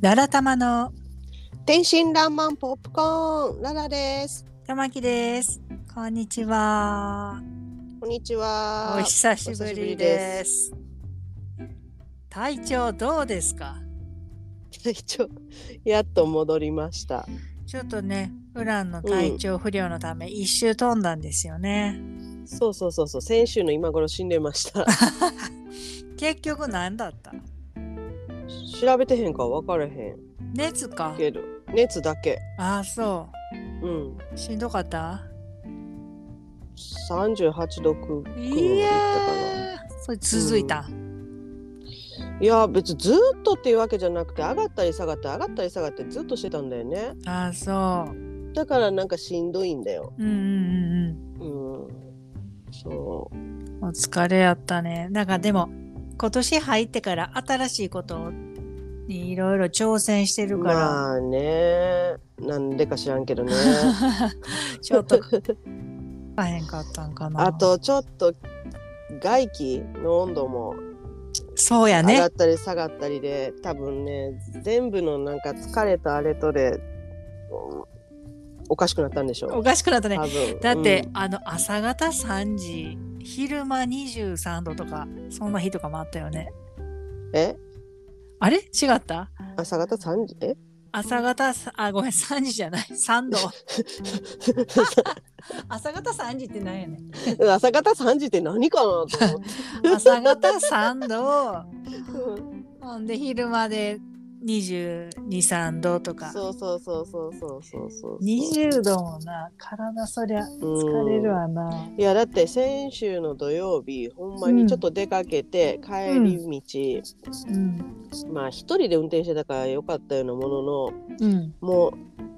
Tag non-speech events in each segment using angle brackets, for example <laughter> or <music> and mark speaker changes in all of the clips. Speaker 1: ララタマの
Speaker 2: 天真爛漫ポップコーンララです。
Speaker 1: 玉木です。こんにちは。
Speaker 2: こんにち
Speaker 1: お
Speaker 2: は。 <laughs>
Speaker 1: 久しぶりです。体調どうですか
Speaker 2: 体調やっと戻りました。
Speaker 1: ちょっとね、普段の体調不良のため一周飛んだんですよね。
Speaker 2: そうそうそうそう。先週の今頃死んで
Speaker 1: <laughs>
Speaker 2: ました。
Speaker 1: 結局何だった
Speaker 2: 調べてへんから分からへん
Speaker 1: 熱か。
Speaker 2: けど、熱だけ。
Speaker 1: ああ、そ
Speaker 2: う
Speaker 1: う。
Speaker 2: ん。
Speaker 1: しんどかった
Speaker 2: 三十八度くくまで
Speaker 1: い
Speaker 2: いっ
Speaker 1: や
Speaker 2: たか
Speaker 1: ー、それ続いた。
Speaker 2: な。いや別にずっとっていうわけじゃなくて上がったり下がったり上がったり下がったりずっとしてたんだよね。
Speaker 1: ああ、そう。
Speaker 2: だからなんかしんどいんだよ。
Speaker 1: うんうんうんうん。
Speaker 2: うん。そう。
Speaker 1: お疲れやったね。なんかでも今年入ってから新しいことにいろいろ挑戦してるから、
Speaker 2: まあね、なんでか知らんけどね。
Speaker 1: <laughs> ちょっと大変かったんかな。
Speaker 2: あとちょっと外気の温度も
Speaker 1: そうや
Speaker 2: 上が
Speaker 1: ね
Speaker 2: っ。たり下がったりで、多分ね全部のなんか疲れたあれとでうんおかしくなったんでしょ
Speaker 1: お
Speaker 2: う
Speaker 1: かしくなったね。
Speaker 2: 多分
Speaker 1: だって、、あの朝方3時昼間23度とかそんな日とかもあったよね。
Speaker 2: うんえ
Speaker 1: あれ違った
Speaker 2: 朝方3時え <laughs>
Speaker 1: 朝方さあごめん3時じゃない3度朝方3時ってなんやねん
Speaker 2: 朝方3時って何かなと思って
Speaker 1: 朝方3度
Speaker 2: うん
Speaker 1: ほんで昼間で223度とか
Speaker 2: そうそうそうそうそうそうそう
Speaker 1: 20度もな体そりゃ疲れるわな、
Speaker 2: いやだって先週の土曜日ほんまにちょっと出かけて帰り道、
Speaker 1: うん
Speaker 2: まあ一人で運転してたからよかったようなものの、
Speaker 1: うん
Speaker 2: も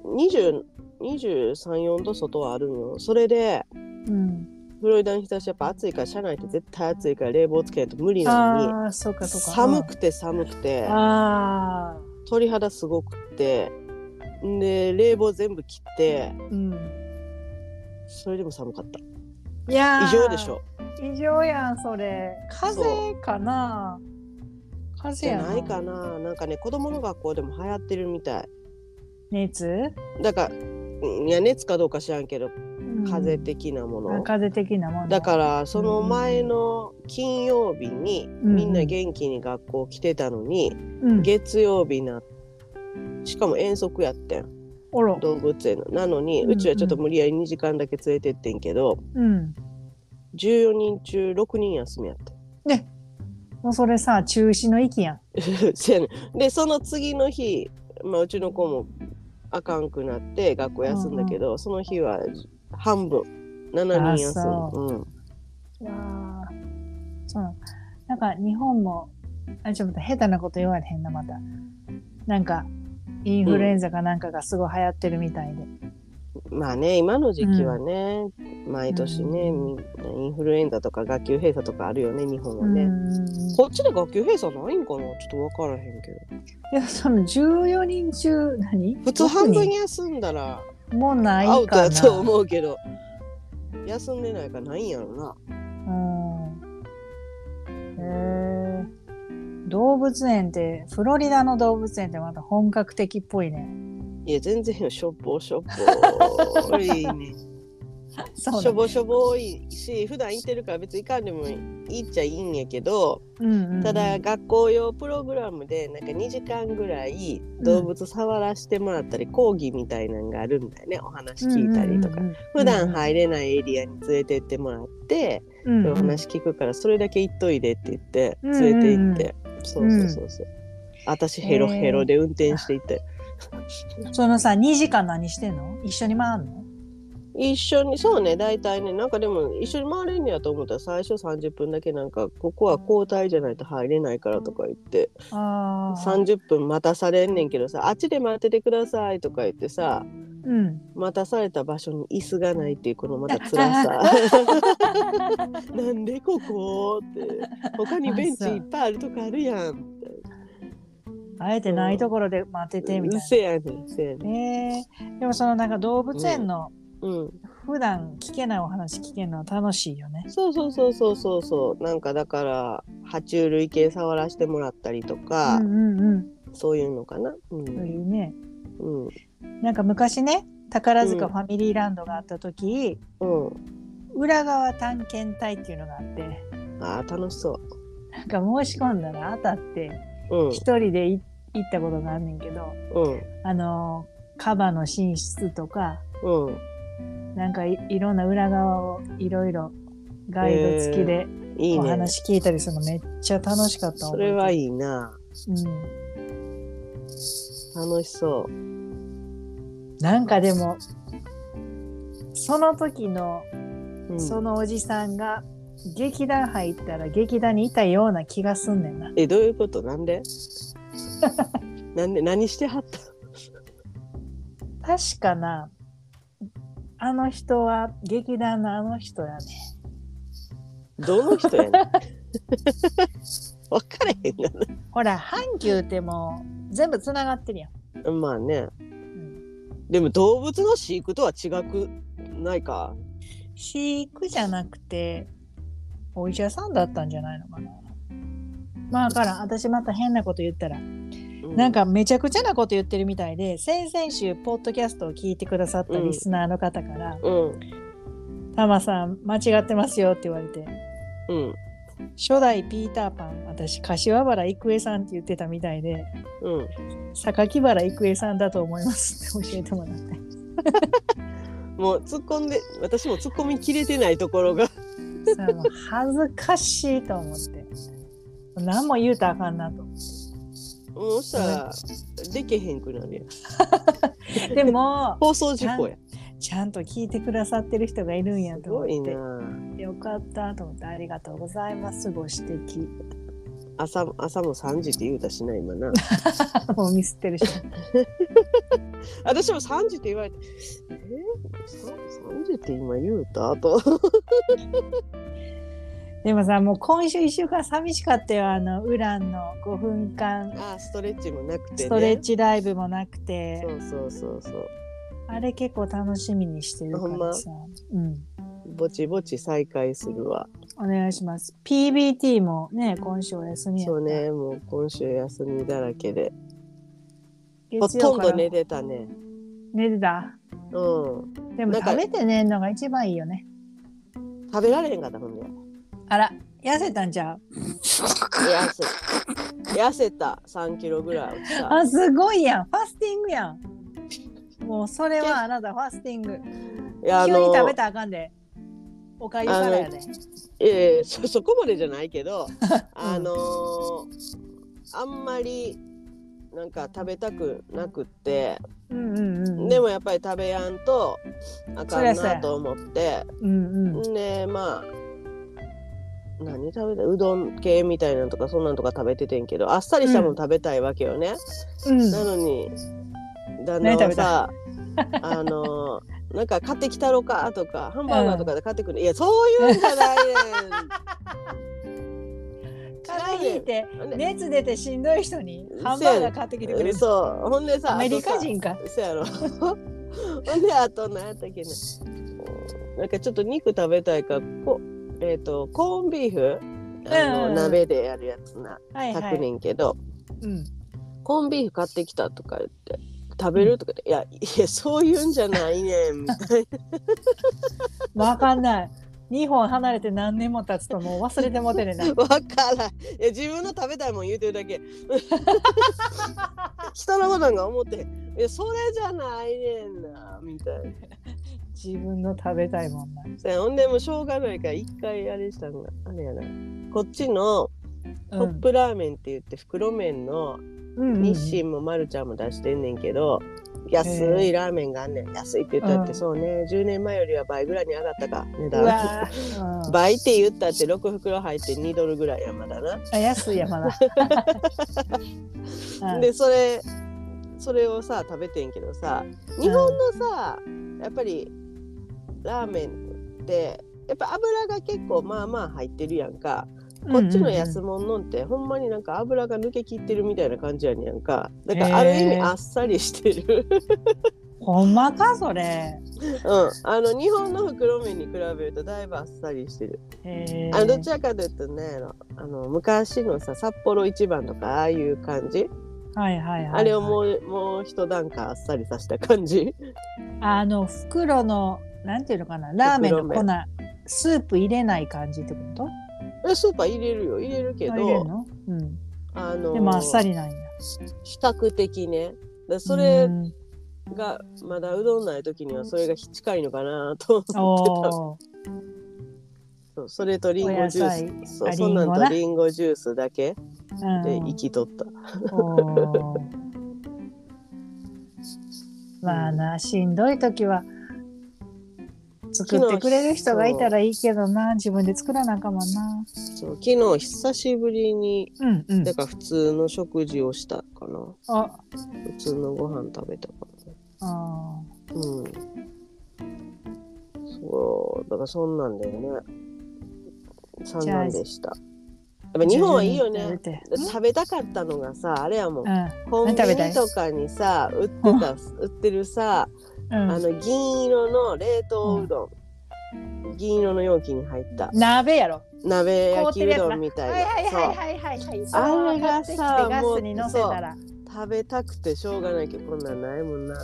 Speaker 2: う20 23,4度外はあるんよ。それで、
Speaker 1: うん、
Speaker 2: フロイダの日差しやっぱ暑いから、車内って絶対暑いから冷房つけないと無理なの
Speaker 1: ああそうか
Speaker 2: に、
Speaker 1: そうか
Speaker 2: 寒くて寒くて、
Speaker 1: ああ
Speaker 2: 鳥肌すごくって、んで、冷房全部切って、
Speaker 1: うん
Speaker 2: それでも寒かった。
Speaker 1: いやー
Speaker 2: 異常でしょ。
Speaker 1: 異常やんそれ風邪かな風
Speaker 2: じゃ
Speaker 1: 邪や
Speaker 2: ないかな。なんかね、子供の学校でも流行ってるみたい。
Speaker 1: 熱、
Speaker 2: だから、うんいや、熱かどうか知らんけど、
Speaker 1: うん
Speaker 2: 風邪的なもの。
Speaker 1: あ風邪的なもん
Speaker 2: だからその前の金曜日に
Speaker 1: うん
Speaker 2: みんな元気に学校来てたのに、
Speaker 1: うん、
Speaker 2: 月曜日なしかも遠足やってん
Speaker 1: おろ
Speaker 2: 動物園のなのに
Speaker 1: うんう
Speaker 2: うんちはちょっと無理やり2時間だけ連れてってんけど
Speaker 1: うん
Speaker 2: 14人中6人休みやってん
Speaker 1: もうそれさ中止の域やん
Speaker 2: せやねん <laughs> でその次の日、まあ、うちの子もあかんくなって学校休んだけど、その日は半分7人休
Speaker 1: あそ
Speaker 2: む、うん、
Speaker 1: いやーそうなのなんか日本も、あ、ちょっと待って、下手なこと言われへんな、また。なんか、インフルエンザかなんかがすごい流行ってるみたいで。
Speaker 2: まあね今の時期はね、毎年ね、
Speaker 1: うん
Speaker 2: みんなインフルエンザとか学級閉鎖とかあるよね日本は
Speaker 1: うん
Speaker 2: ね、
Speaker 1: うん
Speaker 2: こっちで学級閉鎖ないんかなちょっと分からへんけど
Speaker 1: いや、その14人中何、
Speaker 2: 普通半分
Speaker 1: に
Speaker 2: 休んだら
Speaker 1: もうない
Speaker 2: アウト
Speaker 1: か
Speaker 2: や
Speaker 1: な。
Speaker 2: と思うけど休んでないからないんやろな
Speaker 1: うん。へー動物園って、フロリダの動物園ってまた本格的っぽいね。
Speaker 2: いや全然よしょぼしょ
Speaker 1: <laughs>
Speaker 2: ぼーいね
Speaker 1: そう
Speaker 2: し
Speaker 1: だね
Speaker 2: ょぼしょぼいし普段行ってるから別に行かんでもいいっちゃいいんやけど
Speaker 1: うんうんうん
Speaker 2: ただ学校用プログラムでなんか2時間ぐらい動物触らせてもらったり、講義みたいなのがあるんだよねお話聞いたりとか、
Speaker 1: うんうんうんうん
Speaker 2: 普段入れないエリアに連れてってもらって、
Speaker 1: うん
Speaker 2: お
Speaker 1: うん
Speaker 2: 話聞くからそれだけ行っといでって言って
Speaker 1: うんうん
Speaker 2: 連れて行って、そうそうそうそう、私ヘロヘロで運転していて、
Speaker 1: そのさ、2時間何してんの一緒に回んの
Speaker 2: 一緒にそうね大体ねなんかでも一緒に回れんねやと思ったら最初30分だけなんかここは交代じゃないと入れないからとか言って。
Speaker 1: ああ。
Speaker 2: 30分待たされんねんけどさあっちで待っててくださいとか言ってさ
Speaker 1: うん。
Speaker 2: 待たされた場所に椅子がないっていうこのまた辛さ <laughs> なんでここって他にベンチいっぱいあるとこあるやんみたいな
Speaker 1: あえてないところで待ててみた
Speaker 2: う
Speaker 1: い
Speaker 2: せやねんせやね
Speaker 1: な。
Speaker 2: ん
Speaker 1: えー、でもそのなんか動物園の
Speaker 2: うん
Speaker 1: 普段聞けないお話聞けるのは楽しいよね。
Speaker 2: そうそうそうそうそうそうなんかだから爬虫類系触らせてもらったりとか、
Speaker 1: うんうん
Speaker 2: そういうのかな。う
Speaker 1: と
Speaker 2: ん
Speaker 1: いうね
Speaker 2: うん
Speaker 1: なんか昔ね宝塚ファミリーランドがあった時、
Speaker 2: うん、
Speaker 1: 裏側探検隊っていうのがあって
Speaker 2: あー楽しそ
Speaker 1: なんか申し込んだら当たって
Speaker 2: う。うん
Speaker 1: 一人でい行ったことがあんねんけど
Speaker 2: うん
Speaker 1: あのカバの寝室とか
Speaker 2: うん
Speaker 1: なんかいいろんな裏側をいろいろガイド付きで
Speaker 2: いい
Speaker 1: お
Speaker 2: ね。
Speaker 1: 話聞いたりするのめっちゃ楽しかった、
Speaker 2: それはいいいな。
Speaker 1: うん、
Speaker 2: 楽しそう。
Speaker 1: なんかでもその時の
Speaker 2: うん、
Speaker 1: そのおじさんが劇団入ったら劇団にいたような気がすんねんな。
Speaker 2: えどういうことなんで <laughs> なんで何してはった
Speaker 1: 確かな、あの人は劇団のあの人やね。
Speaker 2: どの人やねん <laughs> 分かれへんが
Speaker 1: ほら、阪急ってもう全部つながってるやん。
Speaker 2: なまあね
Speaker 1: うん
Speaker 2: でも動物の飼育とは違くないか
Speaker 1: 飼育じゃなくて、お医者さんだったんじゃないのかな。まあ、だからん私また変なこと言ったら、なんかめちゃくちゃなこと言ってるみたいで、先々週、ポッドキャストを聞いてくださったリスナーの方から、
Speaker 2: うん
Speaker 1: タマさん間違ってますよって言われて
Speaker 2: うん
Speaker 1: 初代ピーターパン私柏原郁恵さんって言ってたみたいで
Speaker 2: うん
Speaker 1: 榊原郁恵さんだと思いますって教えてもらって
Speaker 2: もう突っ込んで私も突っ込みきれてないところが <laughs>
Speaker 1: それも恥ずかしいと思って何も言うたらあかんなと
Speaker 2: もうしたらでけへんくなるやん
Speaker 1: でも
Speaker 2: 放送事故や
Speaker 1: ちゃんと聞いてくださってる人がいるんや
Speaker 2: す
Speaker 1: と
Speaker 2: ごい
Speaker 1: 思っ
Speaker 2: な
Speaker 1: てよかったと思ってありがとうございますご指
Speaker 2: <laughs>
Speaker 1: 摘
Speaker 2: 朝も朝も3時って言うたしな今な
Speaker 1: もうミスってるし
Speaker 2: 私も3時って言われてえー、3時って今言うたと
Speaker 1: でもさもう今週1週間寂しかったよあのウランの5分間
Speaker 2: あーストレッチもなくて、ね、
Speaker 1: ストレッチライブもなくて、
Speaker 2: そうそうそうそう
Speaker 1: あれ結構楽しみにしてるからさ、うん、
Speaker 2: ぼちぼち再開するわ
Speaker 1: お願いします PBT もね今週お休みやった
Speaker 2: そうねもう今週休みだらけでほ
Speaker 1: 月曜
Speaker 2: とん
Speaker 1: から
Speaker 2: ど寝てたね
Speaker 1: 寝てた
Speaker 2: うん
Speaker 1: でも
Speaker 2: なんか
Speaker 1: 食べて寝るのが一番いいよね
Speaker 2: 食べられへんかったほんで
Speaker 1: あら痩せたんちゃう
Speaker 2: 痩せ痩せた3キロぐらい落ちた
Speaker 1: あすごいやんファスティングやんもうそれはあなたファスティング
Speaker 2: いやあ
Speaker 1: 急に
Speaker 2: の
Speaker 1: 食べたらあかんでおかゆからやで
Speaker 2: ええそそこまでじゃないけどあのーあんまりなんか食べたくなくって、
Speaker 1: うんうんうん
Speaker 2: でもやっぱり食べやんとあかん
Speaker 1: そりゃそうや
Speaker 2: なと思って
Speaker 1: うんうん
Speaker 2: でまあ何食べたうどん系みたいなのとかそんなんとか食べててんけどあっさりしたもん食べたいわけよね、
Speaker 1: うん
Speaker 2: なのに旦那はさあのなんか買ってきたろかとかハンバーガーとかで買ってくる、いやそういうんじゃない
Speaker 1: <laughs> 風邪ひいて
Speaker 2: ねんね
Speaker 1: 熱出てしんどい人にハンバーガー買ってきてくれる
Speaker 2: そうほんでさ
Speaker 1: アメリカ
Speaker 2: あと
Speaker 1: 人か。
Speaker 2: さそうやろ <laughs> ほんであと何やったっけねなんかちょっと肉食べたいからこえっ、とコーンビーフあの、
Speaker 1: うんうん
Speaker 2: 鍋でやるやつな
Speaker 1: はいは
Speaker 2: 100
Speaker 1: い。
Speaker 2: 年けど、
Speaker 1: うん。
Speaker 2: コーンビーフ買ってきたとか言って食べるとか言って、いやいやそういうんじゃない
Speaker 1: <laughs>
Speaker 2: ねんみたいな
Speaker 1: わかんない。二本離れて何年も経つともう忘れてもてれない。
Speaker 2: わからん。いや自分の食べたいもん言うてるだけ。 <laughs> 人のことなんか思ってへん。いやそれじゃないねんなみたいな。
Speaker 1: 自分の食べたいもんな。
Speaker 2: せやほんでもうしょうがないから一回あれしたのがあれやな。こっちの
Speaker 1: う
Speaker 2: トッ
Speaker 1: ん。
Speaker 2: プラーメンって言って袋麺の
Speaker 1: うん
Speaker 2: 日清もまるちゃんも出してんねんけど、安いラーメンがあんねん安いって言ったって、
Speaker 1: うん
Speaker 2: そうね10年前よりは倍ぐらいに上がったか値
Speaker 1: う
Speaker 2: 段
Speaker 1: わー、うん
Speaker 2: 倍って言ったって6袋入って2ドルぐらいやまだな
Speaker 1: あ安いやま
Speaker 2: <laughs>
Speaker 1: だ。うん
Speaker 2: でそれそれをさ食べてんけどさ日本のさ、やっぱりラーメンってやっぱ油が結構まあまあ入ってるやんかこっちの安
Speaker 1: うん
Speaker 2: 物のんってほんまになんか油が抜けきってるみたいな感じやねんやんかだか
Speaker 1: へ
Speaker 2: ら
Speaker 1: ー
Speaker 2: ある意味あっさりしてる、
Speaker 1: うんほんまかそれ。
Speaker 2: <laughs> うん、あの日本の袋麺に比べるとだいぶあっさりしてる
Speaker 1: へー
Speaker 2: あのどちらかというとねあの昔のさ札幌一番とかああいう感じ
Speaker 1: はいはいはい、はい、
Speaker 2: あれをもうもう一段階あっさりさせた感じ <laughs>
Speaker 1: あの袋のなんていうのかなラーメンの粉スープ入れない感じってこと
Speaker 2: えスーパー入れるよ入れるけ
Speaker 1: あ入れる
Speaker 2: ど
Speaker 1: の、うん、
Speaker 2: あの
Speaker 1: でもあっさりなんや
Speaker 2: 比較的ねでそれ
Speaker 1: うん
Speaker 2: がまだうどんない時にはそれが近いのかなと思って
Speaker 1: おー
Speaker 2: たそうそれとリンゴジュースそ
Speaker 1: あ
Speaker 2: うそん
Speaker 1: リ
Speaker 2: なん
Speaker 1: ンゴな
Speaker 2: とリンゴジュースだけ
Speaker 1: うん
Speaker 2: で生きとった、
Speaker 1: おーまあなしんどい時は作ってくれる人がいたらいいけどな自分で作らなあかんもんな
Speaker 2: そう昨日久しぶりに
Speaker 1: うんうん
Speaker 2: だから普通の食事をしたかな
Speaker 1: あ
Speaker 2: 普通のご飯食べたか
Speaker 1: あ
Speaker 2: なうんそうだからそんなんだよね散々でしたやっぱ日本はいいよね食べたかったのがさあれやもん
Speaker 1: う
Speaker 2: コンビ
Speaker 1: 食べた
Speaker 2: ニ
Speaker 1: い
Speaker 2: とかにさ売ってた売ってるさ
Speaker 1: ん、
Speaker 2: あ
Speaker 1: うん、
Speaker 2: の銀色の冷凍うどん、銀色の容器に入った
Speaker 1: 鍋やろ
Speaker 2: 鍋
Speaker 1: 凍
Speaker 2: 焼
Speaker 1: って
Speaker 2: き
Speaker 1: る
Speaker 2: う
Speaker 1: やつ
Speaker 2: ど
Speaker 1: なん
Speaker 2: みた
Speaker 1: はい
Speaker 2: い
Speaker 1: はい
Speaker 2: なそう
Speaker 1: はいはいはいはい
Speaker 2: あれがさ
Speaker 1: そう買ってきてガスに乗せたら
Speaker 2: 食べたくてしょうがないけどこんなんないもんな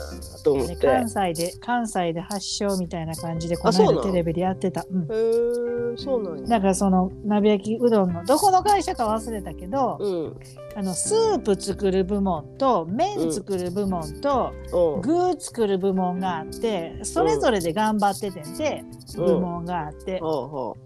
Speaker 2: と思って
Speaker 1: で関西で関西で発祥みたいな感じでこ
Speaker 2: あそうな
Speaker 1: の
Speaker 2: の
Speaker 1: 間テレビでやってたうん
Speaker 2: へーそうなんや
Speaker 1: だからその鍋焼きうどんのどこの会社か忘れたけど、
Speaker 2: うん
Speaker 1: あのスープ作る部門と麺作る部門と
Speaker 2: おう
Speaker 1: 具作る部門があってそれぞれで頑張っててんて、
Speaker 2: うん
Speaker 1: 部門があって、
Speaker 2: ほうほ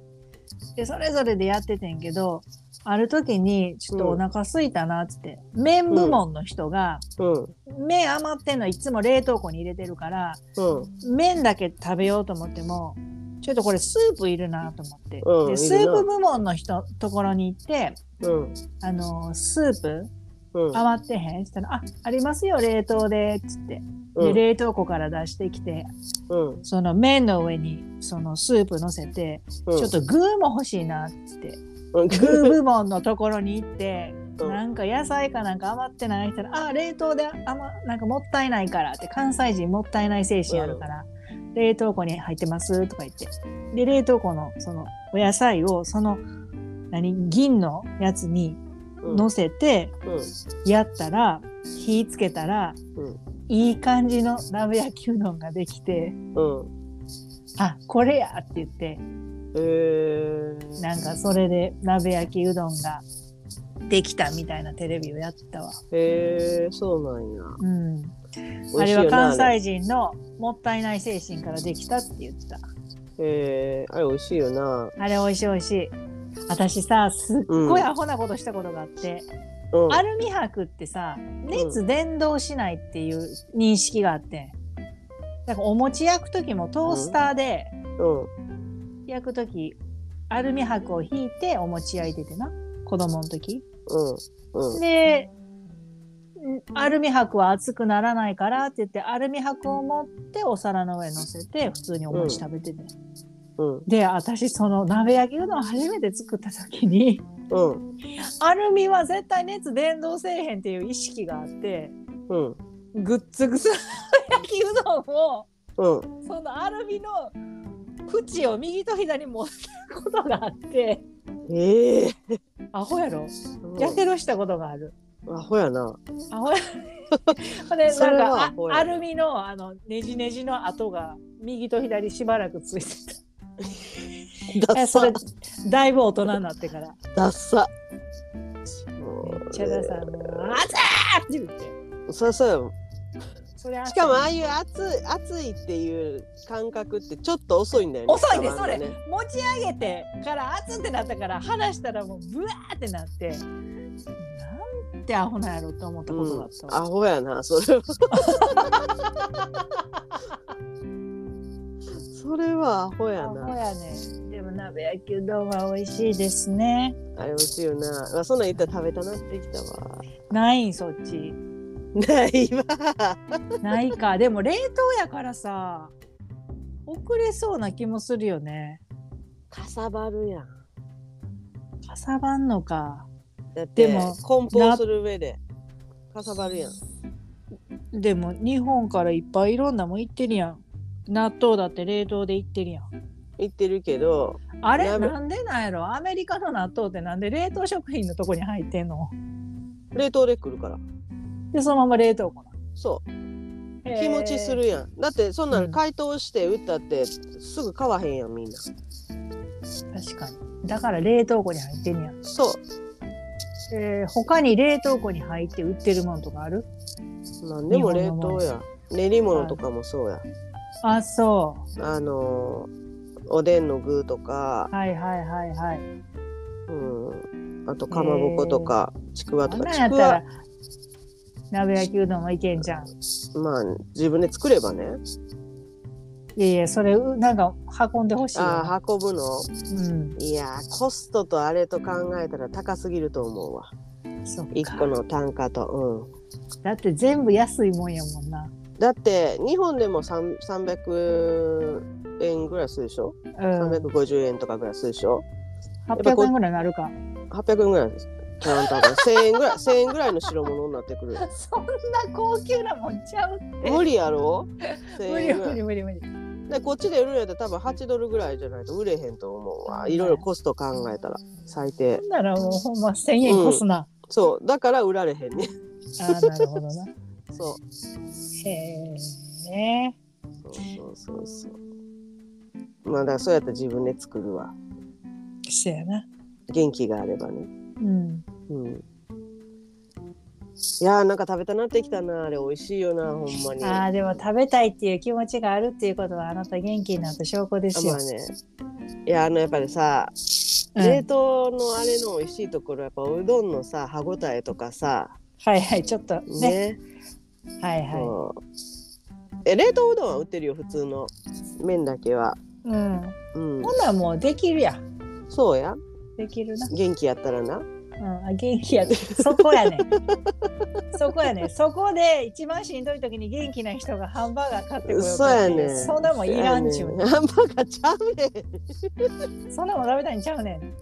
Speaker 1: でそれぞれでやっててんけどある時にちょっとお腹すいたなっつって、麺部門の人が、
Speaker 2: ううん
Speaker 1: 麺余ってんのいつも冷凍庫に入れてるから
Speaker 2: うん
Speaker 1: 麺だけ食べようと思ってもちょっとこれスープいるなと思って、
Speaker 2: うんいる
Speaker 1: で
Speaker 2: な
Speaker 1: スープ部門の人ところに行って
Speaker 2: うん
Speaker 1: あのスープ
Speaker 2: うん
Speaker 1: 余ってへんしたら「あありますよ冷凍で」っつって
Speaker 2: う
Speaker 1: で
Speaker 2: ん
Speaker 1: 冷凍庫から出してきて
Speaker 2: うん
Speaker 1: その麺の上にそのスープ乗せて、
Speaker 2: うん
Speaker 1: ちょっと具も欲しいなっつって
Speaker 2: うん
Speaker 1: 具部門のところに行って、
Speaker 2: うん
Speaker 1: なんか野菜かなんか余ってない人ら「あ冷凍であまなんかもったいないから」って関西人もったいない精神あるから、冷凍庫に入ってますとか言ってで冷凍庫のそのお野菜をその何銀のやつに
Speaker 2: うん
Speaker 1: 乗せて、
Speaker 2: うん
Speaker 1: やったら火つけたら、
Speaker 2: うん
Speaker 1: いい感じの鍋焼きうどんができて
Speaker 2: うん
Speaker 1: あこれやって言って
Speaker 2: へー
Speaker 1: なんかそれで鍋焼きうどんができたみたいなテレビをやってたわ、
Speaker 2: へーそうなんや
Speaker 1: うん、
Speaker 2: 美
Speaker 1: あ
Speaker 2: 味し
Speaker 1: れ
Speaker 2: いよ
Speaker 1: は
Speaker 2: な
Speaker 1: 関西人のもったいない精神からできたって言ってた
Speaker 2: えー、あれ美味しいよな。
Speaker 1: あれ美味しい美味しい私さすっごいアホなことしたことがあって、
Speaker 2: うん、
Speaker 1: アルミ箔ってさ熱伝導しないっていう認識があってだからお餅焼く時もトースターで
Speaker 2: うん、
Speaker 1: 焼く時アルミ箔を引いてお餅焼いててな子供の時
Speaker 2: うん、うん、
Speaker 1: でんアルミ箔は熱くならないからって言ってアルミ箔を持ってお皿の上に乗せて普通にお餅食べてて、
Speaker 2: うん、
Speaker 1: で私その鍋焼きうどん初めて作った時に
Speaker 2: うん、
Speaker 1: アルミは絶対熱伝導せえへんっていう意識があって。
Speaker 2: うん、
Speaker 1: グッツグツの焼きうどんを
Speaker 2: うん、
Speaker 1: そのアルミの縁を右と左に持ったことがあって
Speaker 2: ええ
Speaker 1: アホやろ
Speaker 2: ー、
Speaker 1: やけどしたことがある
Speaker 2: うんアホやな。
Speaker 1: ア
Speaker 2: <laughs>
Speaker 1: ホやほんで
Speaker 2: そ
Speaker 1: なん
Speaker 2: れは
Speaker 1: か
Speaker 2: アホ
Speaker 1: あ
Speaker 2: や
Speaker 1: アルミのあのネジネジの跡が右と左しばらくついて
Speaker 2: ダ
Speaker 1: た <laughs> え
Speaker 2: ッ
Speaker 1: そ
Speaker 2: サ
Speaker 1: れ、だいぶ大人になってから
Speaker 2: ダッサ。
Speaker 1: めっち
Speaker 2: そ
Speaker 1: ゃだ
Speaker 2: れ
Speaker 1: さもう「あざー!」って言って
Speaker 2: そうそう
Speaker 1: それ
Speaker 2: しかもああいう熱い熱いっていう感覚ってちょっと遅いんだよね
Speaker 1: 遅いです
Speaker 2: 伝わるのね
Speaker 1: 持ち上げてから熱ってなったから離したらもうブワーってなってなんてアホなんやろって思ったことだっ
Speaker 2: うん、
Speaker 1: た
Speaker 2: ア
Speaker 1: わ、
Speaker 2: ホやなそれはそれはアホや
Speaker 1: アホ
Speaker 2: な
Speaker 1: やねでも鍋焼きうどんは美味しいですね
Speaker 2: あれ美味しいよな、まあ、そんなん言ったら食べたなってきたわ
Speaker 1: ないんそっち
Speaker 2: ないわ
Speaker 1: ないか <laughs> でも冷凍やからさ遅れそうな気もするよね
Speaker 2: <laughs> かさばるやん
Speaker 1: かさばんのか
Speaker 2: だって
Speaker 1: でも
Speaker 2: 梱包する上でかさばるやん
Speaker 1: でも日本からいっぱいいろんなもん行ってるやん納豆だって冷凍で行ってるやん
Speaker 2: 言ってるけど
Speaker 1: あれ
Speaker 2: 鍋
Speaker 1: なんでなんやろアメリカの納豆ってなんで冷凍食品のとこに入ってんの
Speaker 2: 冷凍で来るから
Speaker 1: でそのまま冷凍庫な
Speaker 2: そう
Speaker 1: の
Speaker 2: 日持ちするやんだってそんな
Speaker 1: うん
Speaker 2: ん解凍して売ったってすぐ買わへんやんみんな
Speaker 1: 確かにだから冷凍庫に入ってんねや
Speaker 2: そ
Speaker 1: えー、他に冷凍庫に入って売ってるものとかある
Speaker 2: うなんでも冷凍や練り物とかもそうや
Speaker 1: あそ
Speaker 2: あのーおでんの具とか
Speaker 1: う、はいはいはいはい
Speaker 2: うん、あとかまぼことか、ちくわ
Speaker 1: あ
Speaker 2: と
Speaker 1: ん
Speaker 2: か
Speaker 1: なん
Speaker 2: ち
Speaker 1: やっ
Speaker 2: く
Speaker 1: た
Speaker 2: わ
Speaker 1: ら鍋焼きうどんもいけんじゃん
Speaker 2: まあ自分で作ればね
Speaker 1: いやいやそれうなんか運んでほしいよな
Speaker 2: あー運ぶの
Speaker 1: うん
Speaker 2: いやーコストとあれと考えたら高すぎると思うわ
Speaker 1: そっか
Speaker 2: 1個の単価と、うん、
Speaker 1: だって全部安いもんやもんな
Speaker 2: だって日本でも3 300円ぐらいするでしょ、
Speaker 1: うん
Speaker 2: 350円とかぐらいするでしょぱこ
Speaker 1: 800円ぐらいなるか
Speaker 2: 800円ぐらいですトランタン1000円ぐらい1000円 <laughs> ぐらいの代物になってくる
Speaker 1: そんな高級なもんちゃう
Speaker 2: 無理やろ1000
Speaker 1: 無理
Speaker 2: 円ぐ
Speaker 1: 無
Speaker 2: らい
Speaker 1: 理無理無理
Speaker 2: でこっちで売るんやったら多分8ドルぐらいじゃないと売れへんと思うわいろいろコスト考えたら最低
Speaker 1: ほんならもうほんま1000円越すな、
Speaker 2: そうだから売られへんね
Speaker 1: ああなるほどな
Speaker 2: そう
Speaker 1: へえね
Speaker 2: そうそうそうそうまあだからそうやったら自分で作るわ
Speaker 1: そうやな
Speaker 2: 元気があればね
Speaker 1: うん
Speaker 2: うんいやーなんか食べたなってきたなあれ美味しいよなほんまに
Speaker 1: ああでも食べたいっていう気持ちがあるっていうことはあなた元気になった証拠です
Speaker 2: ま
Speaker 1: よ
Speaker 2: あ。ねいやあのやっぱりさ、
Speaker 1: うん
Speaker 2: 冷凍のあれの美味しいところやっぱうどんのさ歯ごたえとかさ
Speaker 1: はいはいちょっとね
Speaker 2: ね
Speaker 1: はいは
Speaker 2: そうえ冷凍うどんは売ってるよ普通の麺だけは、
Speaker 1: い。うん。
Speaker 2: うん、
Speaker 1: ほなもうできるやん。
Speaker 2: そうや
Speaker 1: できるな。
Speaker 2: 元気やったらな
Speaker 1: うんあ元気やで。そこやね。そこやね。そこで一番しんどい時に元気な人がハンバーガー買ってこようか
Speaker 2: そうやねん
Speaker 1: そんなもんいらんちゅう
Speaker 2: そ
Speaker 1: ね
Speaker 2: やねん <laughs> ハンバーガーちゃうねん
Speaker 1: ん。そんなもん食べたいんちゃうねん。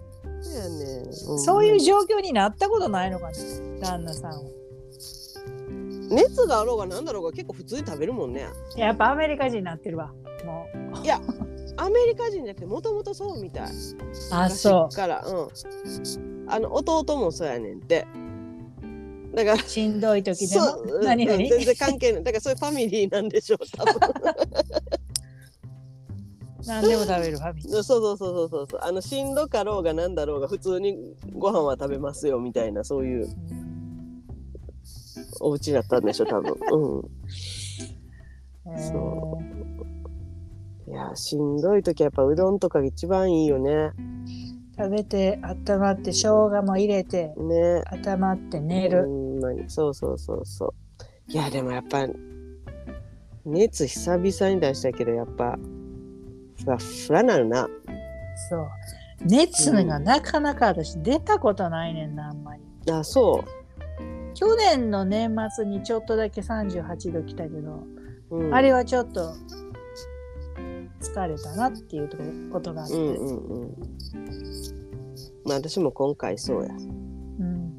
Speaker 2: そうやねん
Speaker 1: そういう
Speaker 2: ほん
Speaker 1: 状況になったことないのかね。旦那さんは。
Speaker 2: まに熱があろうがなんだろうが結構普通に食べるもんね
Speaker 1: やっぱアメリカ人になってるわ。もう。
Speaker 2: アメリカ人じゃなくてもともとそうみたい
Speaker 1: あ
Speaker 2: 昔
Speaker 1: そ
Speaker 2: からうんあの弟もそうやねんってだから
Speaker 1: う。しんどい時でも
Speaker 2: そううん
Speaker 1: 何
Speaker 2: うん
Speaker 1: 何
Speaker 2: 全然関係ないだからそういうファミリーなんでしょう多分
Speaker 1: <laughs> 何でも食べるファミリー。
Speaker 2: そうそうそうそうそうそうあのしんどかろうがなんだろうが普通にご飯は食べますよみたいなそういうお家だったんでしょ多分そうんいやしんどい時はやっぱうどんとかが一番いいよね
Speaker 1: 食べて温まって生姜も入れて
Speaker 2: ね
Speaker 1: 温まって寝
Speaker 2: ほ
Speaker 1: る、
Speaker 2: んまにそうそうそうそういやでもやっぱ熱久々に出したけどやっぱふわっふわなるな
Speaker 1: そう熱がなかなか私出たことないねんなあんまり
Speaker 2: あそ
Speaker 1: 去年の年末にちょっとだけ38度来たけど、
Speaker 2: う、うん、
Speaker 1: あれはちょっと疲れたなっていうとこことがあって、
Speaker 2: うんうんうんまあ私も今回そう
Speaker 1: う
Speaker 2: や
Speaker 1: ん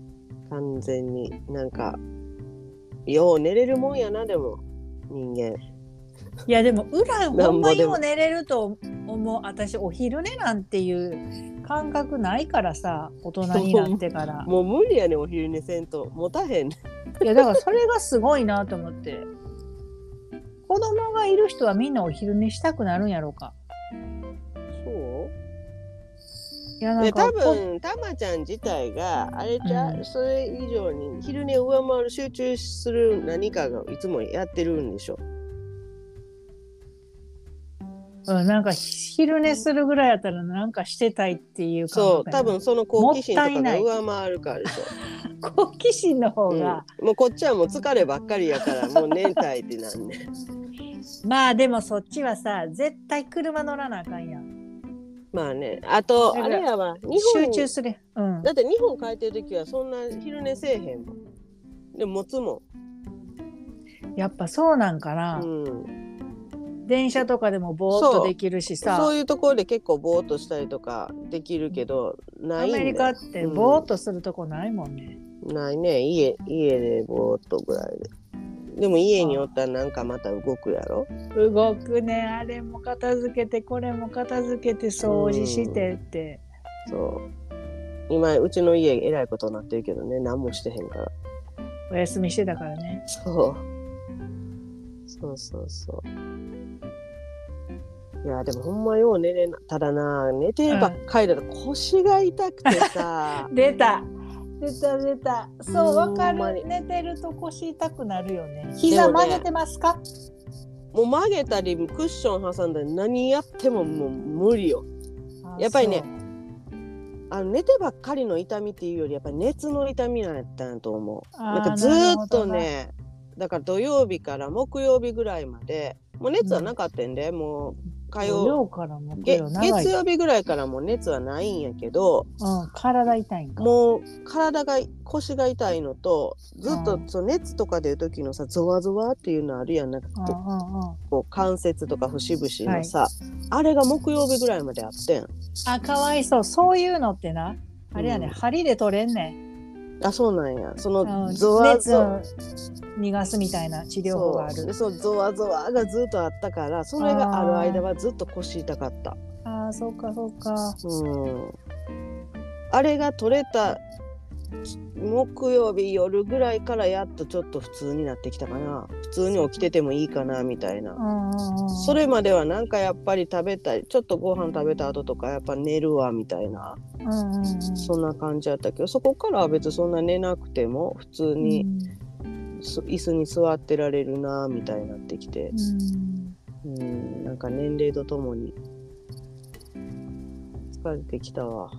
Speaker 2: 完全になんかよう寝れるもんやなでも人間
Speaker 1: いやでも裏
Speaker 2: ぼでも
Speaker 1: ほんまにも寝れると思う私お昼寝なんていう感覚ないからさ大人になってから
Speaker 2: もう無理やねんお昼寝せんと持たへんね
Speaker 1: いやだからそれがすごいなと思って子供がいる人はみんなお昼寝したくなるんやろうか
Speaker 2: そう
Speaker 1: いやなん
Speaker 2: で
Speaker 1: か
Speaker 2: 多分たまちゃん自体があれじゃ、
Speaker 1: うん
Speaker 2: それ以上に昼寝を上回る集中する何かがいつもやってるんでしょ
Speaker 1: こうん、なんか昼寝するぐらいやったらなんかしてたいっていう感
Speaker 2: そう
Speaker 1: 覚
Speaker 2: 多分その好奇心と
Speaker 1: も
Speaker 2: か
Speaker 1: った
Speaker 2: が
Speaker 1: い
Speaker 2: 上回るからでしょ
Speaker 1: 多分好奇心の方
Speaker 2: うん、
Speaker 1: が、
Speaker 2: もうこっちはもう疲ればっかりやからもう寝たいってなんね
Speaker 1: <laughs> まあでもそっちはさ絶対車乗らなあかんやん
Speaker 2: まあねあと
Speaker 1: だ
Speaker 2: あ
Speaker 1: から
Speaker 2: れやわ日
Speaker 1: 集
Speaker 2: 本
Speaker 1: 中するうん
Speaker 2: だって日本帰ってる時はそんな昼寝せえへんもんでも持つも
Speaker 1: やっぱそうなんかな、
Speaker 2: ん、うん、
Speaker 1: 電車とかでもぼーっとできるしさ
Speaker 2: そういうところで結構ぼーっとしたりとかできるけどな
Speaker 1: ア
Speaker 2: いんだ
Speaker 1: メ
Speaker 2: よ
Speaker 1: リカって
Speaker 2: うん
Speaker 1: ぼーっとするとこないもんね、
Speaker 2: ないね家家でぼーっとぐらいででも家におったらなんかまた動くやろ
Speaker 1: 動くねあれも片付けてこれも片付けて掃除してって、
Speaker 2: そう今うちの家えらいことになってるけどね何もしてへんから
Speaker 1: お休みしてたからね。
Speaker 2: そう。そうそうそう。いやでもほんまよう寝れなただな寝てばっかりだと腰が痛くて
Speaker 1: <laughs>
Speaker 2: さ
Speaker 1: 出た出た出た。そう、わか
Speaker 2: ほんまに
Speaker 1: る。寝てると腰痛くなるよね。膝曲げてますか、
Speaker 2: もう曲げたりクッション挟んだり何やってももう無理よ
Speaker 1: あ
Speaker 2: やっぱりね
Speaker 1: そう
Speaker 2: あの寝てばっかりの痛みっていうよりやっぱり熱の痛みなんやったんやと思う
Speaker 1: あー
Speaker 2: なんかずーっとねだから土曜日から木曜日ぐらいまでもう熱はなかったんで、もう火
Speaker 1: 土
Speaker 2: 曜
Speaker 1: 曜から木
Speaker 2: げ
Speaker 1: 曜長い
Speaker 2: 月曜日ぐらいからもう熱はないんやけど
Speaker 1: うん、体痛いんか
Speaker 2: もう体が腰が痛いのとずっと
Speaker 1: うん
Speaker 2: その熱とか出る時のさゾワゾワっていうのあるやんなんか
Speaker 1: うん
Speaker 2: こ
Speaker 1: うんうん、
Speaker 2: うこう関節とか節々のさ、あれが木曜日ぐらいまであってん
Speaker 1: あかわいそうそういうのってなあれやね、
Speaker 2: うん
Speaker 1: 針で取れんね
Speaker 2: あそうなんやそ
Speaker 1: ん、う
Speaker 2: の
Speaker 1: ん、
Speaker 2: ゾワゾワ、
Speaker 1: 熱を逃がすみたいな治療法があ
Speaker 2: そう
Speaker 1: る
Speaker 2: でそのゾワゾワがずっとあったからそれがある間はずっと腰痛かった
Speaker 1: ああそうかそうか
Speaker 2: うんあれが取れた木曜日夜ぐらいからやっとちょっと普通になってきたかな普通に起きててもいいかなみたいな
Speaker 1: うんうんうん
Speaker 2: それまではなんかやっぱり食べたいちょっとご飯食べた後とかやっぱ寝るわみたいな
Speaker 1: うんうんうん
Speaker 2: そんな感じやったけどそこからは別にそんな寝なくても普通
Speaker 1: う
Speaker 2: に
Speaker 1: ん
Speaker 2: す椅子に座ってられるなみたいになってきて
Speaker 1: うん
Speaker 2: うんなんか年齢とともに疲れてきたわ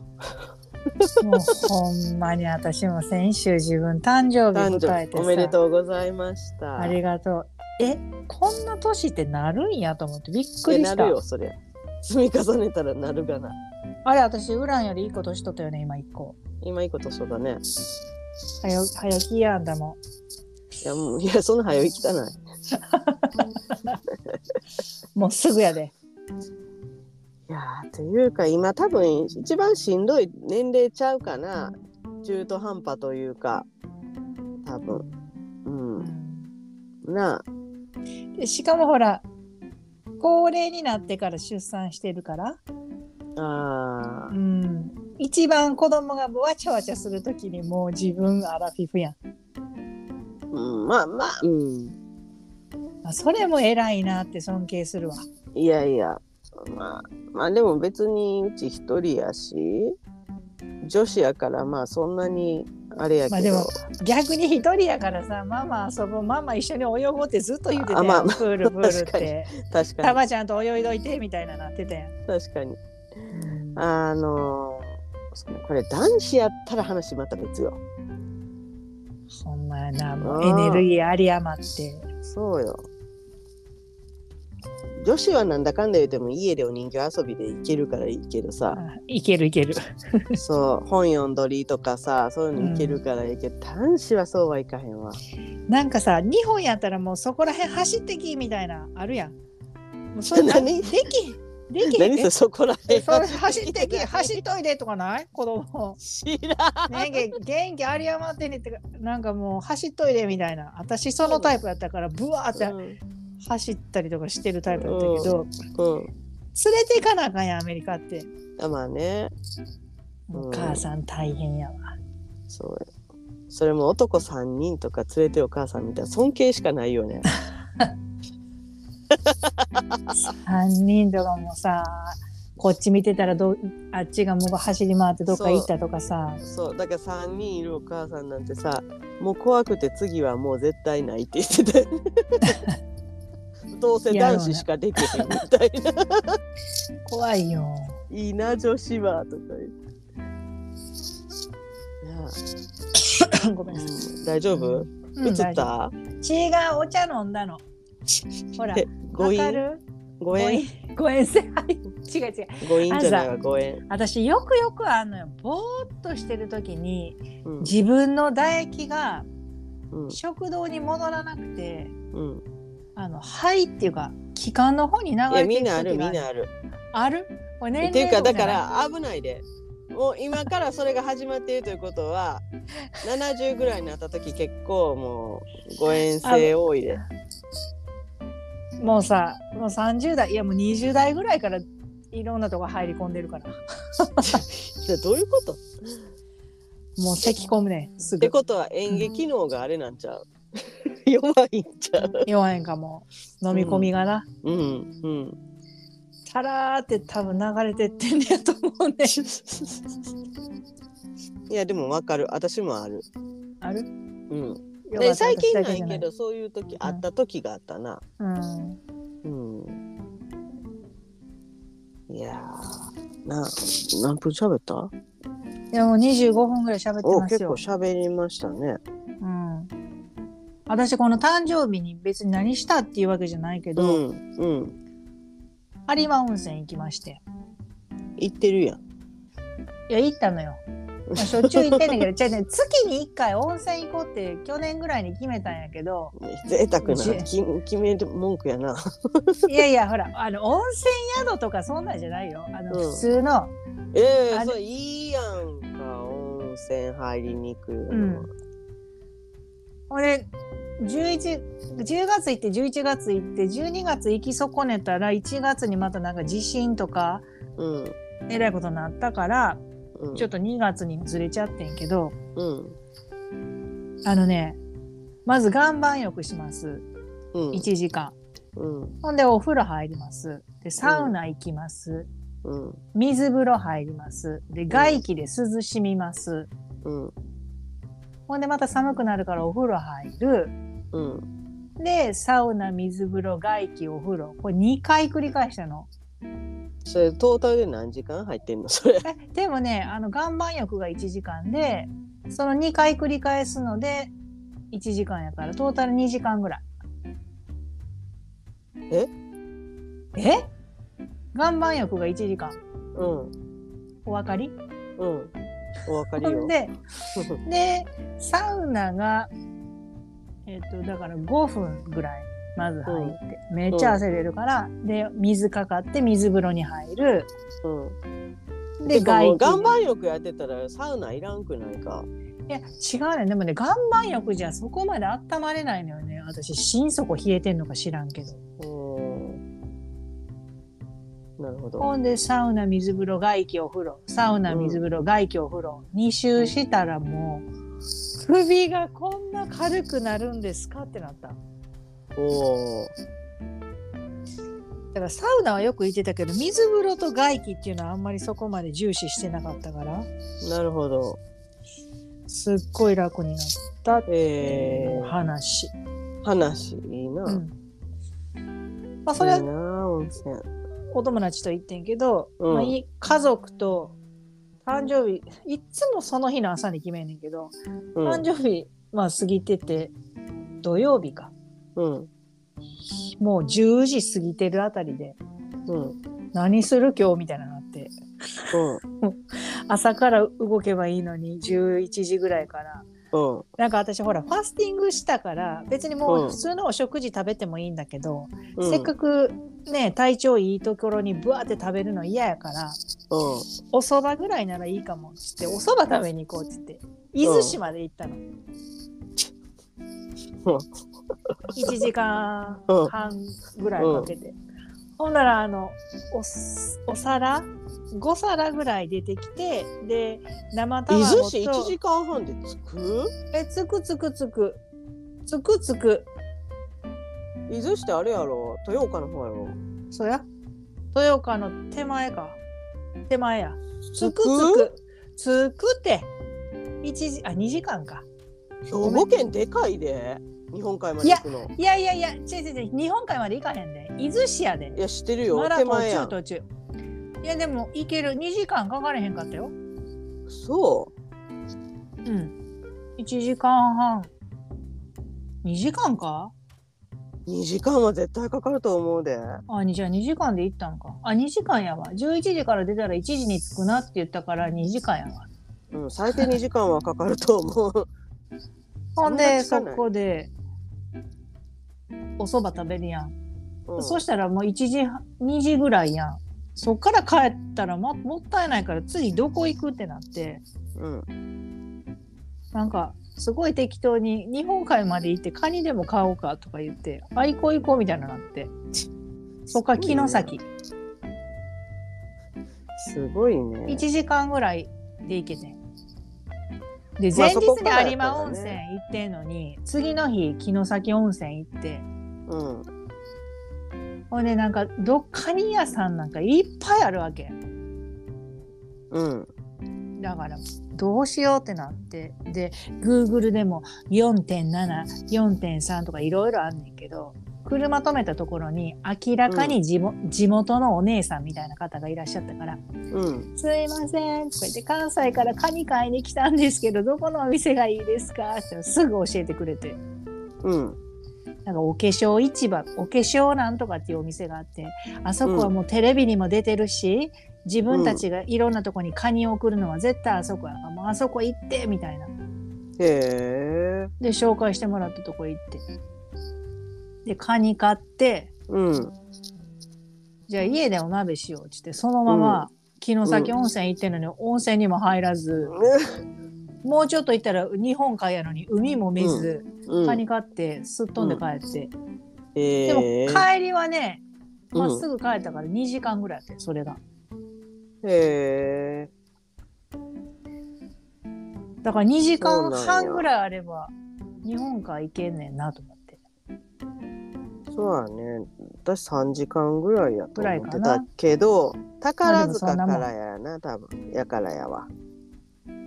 Speaker 1: もうほんまに私も先週自分誕生日
Speaker 2: 男
Speaker 1: 迎えて
Speaker 2: 女
Speaker 1: さ
Speaker 2: おめでとうございました
Speaker 1: ありがとうえこんな年ってなるんやと思ってびっく
Speaker 2: え
Speaker 1: り
Speaker 2: な
Speaker 1: し
Speaker 2: る
Speaker 1: た
Speaker 2: よそりゃ積み重ねたらなるがな
Speaker 1: あれ私ウランよりいい子年取ったよね今一個
Speaker 2: 今いいことそうだね
Speaker 1: 早早きやんだもん
Speaker 2: いやもういやそんな早い汚い
Speaker 1: もうすぐやで。
Speaker 2: いやーというか今多分一番しんどい年齢ちゃうかな中途半端というか多分うんなあ
Speaker 1: でしかもほら高齢になってから出産してるから、
Speaker 2: あー
Speaker 1: ん、一番子供がわちゃわちゃする時にもう自分アラフィフやん、
Speaker 2: うんまあまあうん
Speaker 1: あ、それも偉いなって尊敬するわ
Speaker 2: いやいやまあまあでも別にうち一人やし女子やからまあそんなにあれやけど、
Speaker 1: まあでも逆に一人やからさママ遊ぼうママ一緒に泳ごうってずっと言ってたやん、
Speaker 2: あまあま
Speaker 1: <laughs>
Speaker 2: あ
Speaker 1: プールプールっ
Speaker 2: 確かに
Speaker 1: て
Speaker 2: 確か
Speaker 1: た
Speaker 2: に
Speaker 1: まちゃんと泳いどいてみたいななってたやん、
Speaker 2: 確かにあのーこれ男子やったら話また別よ
Speaker 1: ほんまやなもう
Speaker 2: あ
Speaker 1: エ
Speaker 2: ー
Speaker 1: ネルギーあり余って
Speaker 2: そうよ。女子はなんだかんだ言うても家でお人形遊びで行けるからいいけど <laughs> さ、
Speaker 1: あいけるいける
Speaker 2: そう本読んどりとかさそういうの行けるからいいけど、男子はそうはいかへんわ。
Speaker 1: なんかさ日本やったらもうそこら辺走ってきみたいなあるやん。もうそれ
Speaker 2: <laughs> 何
Speaker 1: できできえ
Speaker 2: 何それ <laughs> そこらへん
Speaker 1: それ走ってき走っといでとかない子供。
Speaker 2: 知らん。
Speaker 1: ねげ元気あり余ってねってかなんかもう走っといでみたいな私そのタイプやったからブワーって
Speaker 2: うん
Speaker 1: 走ったりとかしてるタイプやったけど、連
Speaker 2: うん
Speaker 1: れていかなあかんやんアメリカって、
Speaker 2: あまあねうん
Speaker 1: お母さん大変やわ
Speaker 2: そうよそれも男3人とか連れてお母さんみたいな尊敬しかないよね。
Speaker 1: 3人とかもさこっち見てたらどうあっちがもう走り回ってどっか行ったとかさ
Speaker 2: そうだから3人いるお母さんなんてさもう怖くて次はもう絶対ないって言っててどうせ男子しかできへんみたいな
Speaker 1: 怖い
Speaker 2: <laughs>
Speaker 1: よ。
Speaker 2: いいな女子はとか言って。なあ
Speaker 1: ごめんなさい
Speaker 2: うん大丈夫
Speaker 1: う
Speaker 2: 映
Speaker 1: ん
Speaker 2: っ
Speaker 1: 大丈
Speaker 2: た
Speaker 1: 夫違うお茶飲んだの。ほら
Speaker 2: え、
Speaker 1: わ
Speaker 2: 誤
Speaker 1: か
Speaker 2: 飲
Speaker 1: る
Speaker 2: 誤
Speaker 1: ご
Speaker 2: 飲
Speaker 1: 縁ご縁性はい違う違う。
Speaker 2: 誤飲じゃないわ誤飲、
Speaker 1: 私よくよくあんのよ。ぼーっとしてる時に
Speaker 2: うん
Speaker 1: 自分の唾液が
Speaker 2: うん
Speaker 1: 食道に戻らなくて、
Speaker 2: うん、
Speaker 1: あの肺っていうか気管の方に流
Speaker 2: いや
Speaker 1: れて
Speaker 2: み
Speaker 1: い
Speaker 2: ん
Speaker 1: く時
Speaker 2: な
Speaker 1: が
Speaker 2: あるみん
Speaker 1: ある。
Speaker 2: なある
Speaker 1: あるこれ年
Speaker 2: っていう
Speaker 1: 齢
Speaker 2: か
Speaker 1: とじ
Speaker 2: だ
Speaker 1: ゃない
Speaker 2: から危ないでもう今からそれが始まっているということは70ぐらいになった時結構もう誤嚥性多いで
Speaker 1: もうさもう30代いやもう20代ぐらいからいろんなとこ入り込んでるから。
Speaker 2: それどういうこと
Speaker 1: もう咳込むねんす
Speaker 2: っ
Speaker 1: ぐ
Speaker 2: てことは演劇機能があれなんちゃう
Speaker 1: <laughs>
Speaker 2: 弱いんちゃう
Speaker 1: 弱いんかも飲み込みがな、
Speaker 2: うんうん
Speaker 1: たらーって多分流れてってんねやと思うね
Speaker 2: いやでもわかる私もある
Speaker 1: ある
Speaker 2: うんで最近ないけ、どそういう時あった時があったな
Speaker 1: 弱い私だけじゃないうん、
Speaker 2: うんいやーな何分喋った
Speaker 1: いやもう25分ぐらい喋って
Speaker 2: お
Speaker 1: ます
Speaker 2: 結
Speaker 1: よ
Speaker 2: 構、喋りましたね
Speaker 1: うん、私この誕生日に別に何したっていうわけじゃないけ
Speaker 2: う
Speaker 1: ど、
Speaker 2: んうん
Speaker 1: 有馬温泉行きまして
Speaker 2: 行ってるやん
Speaker 1: いや行ったのよ、まあ、しょっちゅう行ってんだけど
Speaker 2: <laughs>
Speaker 1: じゃあね月に1回温泉行こうって去年ぐらいに決めたんやけど
Speaker 2: 贅沢
Speaker 1: じ
Speaker 2: なき決める文句
Speaker 1: <laughs>
Speaker 2: やない
Speaker 1: やいやほらあの温泉宿とかそんなんじゃないよあの、
Speaker 2: うん
Speaker 1: 普通の
Speaker 2: ええ
Speaker 1: あれ
Speaker 2: それいいやんか温泉入りに行くの
Speaker 1: うん俺11 10月行って11月行って12月行き損ねたら1月にまたなんか地震とか
Speaker 2: うん
Speaker 1: えらいことになったから
Speaker 2: うん
Speaker 1: ちょっと2月にずれちゃってんけど
Speaker 2: うん
Speaker 1: あのねまず岩盤浴します
Speaker 2: うん
Speaker 1: 1時間、
Speaker 2: うん
Speaker 1: ほんでお風呂入りますでサウナ行きます
Speaker 2: うん
Speaker 1: 水風呂入りますで外気で涼しみます
Speaker 2: うん
Speaker 1: ほんでまた寒くなるからお風呂入る
Speaker 2: うん
Speaker 1: でサウナ水風呂外気お風呂これ2回繰り返したの。
Speaker 2: それトータルで何時間入ってんのそれ
Speaker 1: えでもねあの岩盤浴が1時間でその2回繰り返すので1時間やからトータル2時間ぐらい。
Speaker 2: え
Speaker 1: え岩盤浴が1時間
Speaker 2: うん
Speaker 1: お分かり
Speaker 2: うんお分か
Speaker 1: ほ
Speaker 2: り
Speaker 1: ん
Speaker 2: よ <laughs>
Speaker 1: ででサウナがえっ、とだから5分ぐらいまず入って、めっちゃ汗出るから、で水かかって水風呂に入る
Speaker 2: うん
Speaker 1: で
Speaker 2: てかも
Speaker 1: 外
Speaker 2: う
Speaker 1: 気
Speaker 2: 岩盤浴やってたらサウナいらんくないか
Speaker 1: いや違うねでもね岩盤浴じゃそこまで温まれないのよね私心底冷えてんのか知らんけど
Speaker 2: うんなるほど
Speaker 1: ほんでサウナ水風呂外気お風呂サウナ水風呂外気お風呂2周したらもう首がこんな軽くなるんですかってなっただ
Speaker 2: おー
Speaker 1: からサウナはよく行ってたけど水風呂と外気っていうのはあんまりそこまで重視してなかったから
Speaker 2: なるほど
Speaker 1: すっごい楽になったって
Speaker 2: え
Speaker 1: いう
Speaker 2: ー、
Speaker 1: 話、
Speaker 2: 話いいな、
Speaker 1: うんまあ、そ
Speaker 2: そ
Speaker 1: れ
Speaker 2: れ
Speaker 1: は
Speaker 2: はな温泉
Speaker 1: お友達と行ってんけど、
Speaker 2: うん
Speaker 1: まあ、い家族と誕生日いっつもその日の朝に決めんねんけど、
Speaker 2: うん
Speaker 1: 誕生日、まあ、過ぎてて土曜日か
Speaker 2: うん
Speaker 1: もう10時過ぎてるあたりで
Speaker 2: うん
Speaker 1: 何する今日みたいなのあって
Speaker 2: う
Speaker 1: 朝から動けばいいのに11時ぐらいから
Speaker 2: んうん
Speaker 1: なんか私ほらファスティングしたから別にも
Speaker 2: う
Speaker 1: うん普通のお食事食べてもいいんだけど、
Speaker 2: うん
Speaker 1: せっかくね体調いいところにブワーって食べるの嫌やから。
Speaker 2: うん
Speaker 1: お蕎麦ぐらいならいいかもっつってお蕎麦食べに行こうっつって伊豆市まで行ったの、1時間
Speaker 2: うん
Speaker 1: 半ぐらいかけて、ほんならあのおお皿5皿ぐらい出てきてで生
Speaker 2: 伊
Speaker 1: 卵と
Speaker 2: 豆市一時間半で着く
Speaker 1: えつくつくつくつくつく
Speaker 2: 伊豆市ってあれやろ豊岡の方やろ
Speaker 1: そや豊岡の手前か手前やつ
Speaker 2: つ
Speaker 1: く
Speaker 2: く
Speaker 1: つくつくって1時あ2時間か
Speaker 2: 兵庫県でかいで日本海まで行くの
Speaker 1: いやいやいや、違う違う違う、日本海まで行かへんで、伊豆市やで
Speaker 2: い。や知ってるよ
Speaker 1: まだ
Speaker 2: 手
Speaker 1: 途
Speaker 2: 前や
Speaker 1: 中
Speaker 2: ん
Speaker 1: 途中。いやでも行ける2時間かかれへんかったよ。
Speaker 2: そ
Speaker 1: うん。1時間半。2時間か
Speaker 2: う2時間は絶対かかると思うで
Speaker 1: あ、にじゃあ2時間で行ったんか。あ、2時間やわ。11時から出たら1時に着くなって言ったから2時間やわ。
Speaker 2: うん最低2時間はかかると
Speaker 1: <laughs>
Speaker 2: 思う
Speaker 1: ほんで、
Speaker 2: そ
Speaker 1: そ
Speaker 2: んな着かない
Speaker 1: こで、お蕎麦食べるやん。
Speaker 2: うん
Speaker 1: そしたらもう1時半、2時ぐらいやん。そっから帰ったら、ま、もったいないから次どこ行くってなって。
Speaker 2: うん
Speaker 1: なんかすごい適当に日本海まで行ってカニでも買おうかとか言ってあ行こう行こうみたいなのなってそっから城崎
Speaker 2: すごいね
Speaker 1: 1時間ぐらいで行けてんで
Speaker 2: まあ
Speaker 1: 前日
Speaker 2: そこ
Speaker 1: に
Speaker 2: からや
Speaker 1: 有
Speaker 2: ったら
Speaker 1: 馬
Speaker 2: ね
Speaker 1: 温泉行ってんのに、次の日城崎温泉行って
Speaker 2: うん
Speaker 1: ほんでなんかどっかに屋さんなんかいっぱいあるわけ
Speaker 2: うん
Speaker 1: だからどうしようってなってで Google でも4.74.3とかいろいろあんねんけど車止めたところに明らかに地,、地元のお姉さんみたいな方がいらっしゃったから
Speaker 2: うん
Speaker 1: すいません」とか言って「関西からカニ買いに来たんですけどどこのお店がいいですか?」ってすぐ教えてくれて
Speaker 2: うん
Speaker 1: なんかお化粧市場お化粧なんとかっていうお店があってあそこはもうテレビにも出てるし、自分たちがいろんなとこにカニを送るのは絶対あそこやからもうあそこ行ってみたいな。
Speaker 2: へえ
Speaker 1: で紹介してもらったとこ行ってでカニ買って
Speaker 2: うん
Speaker 1: じゃあ家でお鍋しようっつってそのまま城崎温泉行ってんのに温泉にも入らず。もうちょっと行ったら日本海やのに海も見ず、
Speaker 2: う
Speaker 1: カ
Speaker 2: ん
Speaker 1: ニ買ってすっ飛んで帰って、でも
Speaker 2: へえ
Speaker 1: 帰りはね
Speaker 2: うん
Speaker 1: まっすぐ帰ったから2時間ぐらいやってそれが
Speaker 2: へえ
Speaker 1: だから2時間
Speaker 2: そうなんや
Speaker 1: 半ぐらいあれば日本海行けんねんなと思って
Speaker 2: そうだね私三時間ぐらいやと
Speaker 1: ぐらい
Speaker 2: 思っ
Speaker 1: か
Speaker 2: て
Speaker 1: な
Speaker 2: たけど
Speaker 1: まあ
Speaker 2: 宝
Speaker 1: でも
Speaker 2: 塚
Speaker 1: そん
Speaker 2: か
Speaker 1: なもん
Speaker 2: らやな多分やからやわ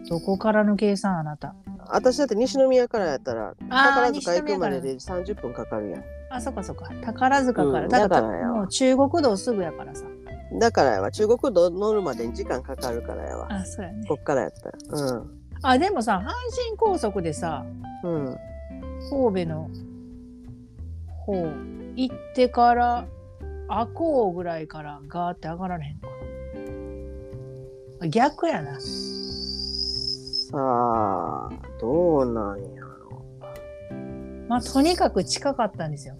Speaker 1: どこからの計算あなた
Speaker 2: 私だって西宮からやったら
Speaker 1: あー
Speaker 2: 宝塚行くまで
Speaker 1: 西宮
Speaker 2: で30分かかるやん
Speaker 1: あそっかそっか宝塚から、
Speaker 2: うん
Speaker 1: だか
Speaker 2: だから
Speaker 1: ら
Speaker 2: や
Speaker 1: もう中国道すぐやからさ
Speaker 2: だからやわ中国道乗るまでに時間かかるからやわ
Speaker 1: あそうやね
Speaker 2: こっからやったら
Speaker 1: あでもさ阪神高速でさ
Speaker 2: うんうん
Speaker 1: 神戸の方行ってから赤穂ぐらいからガーって上がられへんのかな逆やな
Speaker 2: さあどうなんやろ
Speaker 1: まあとにかく近かったんですよ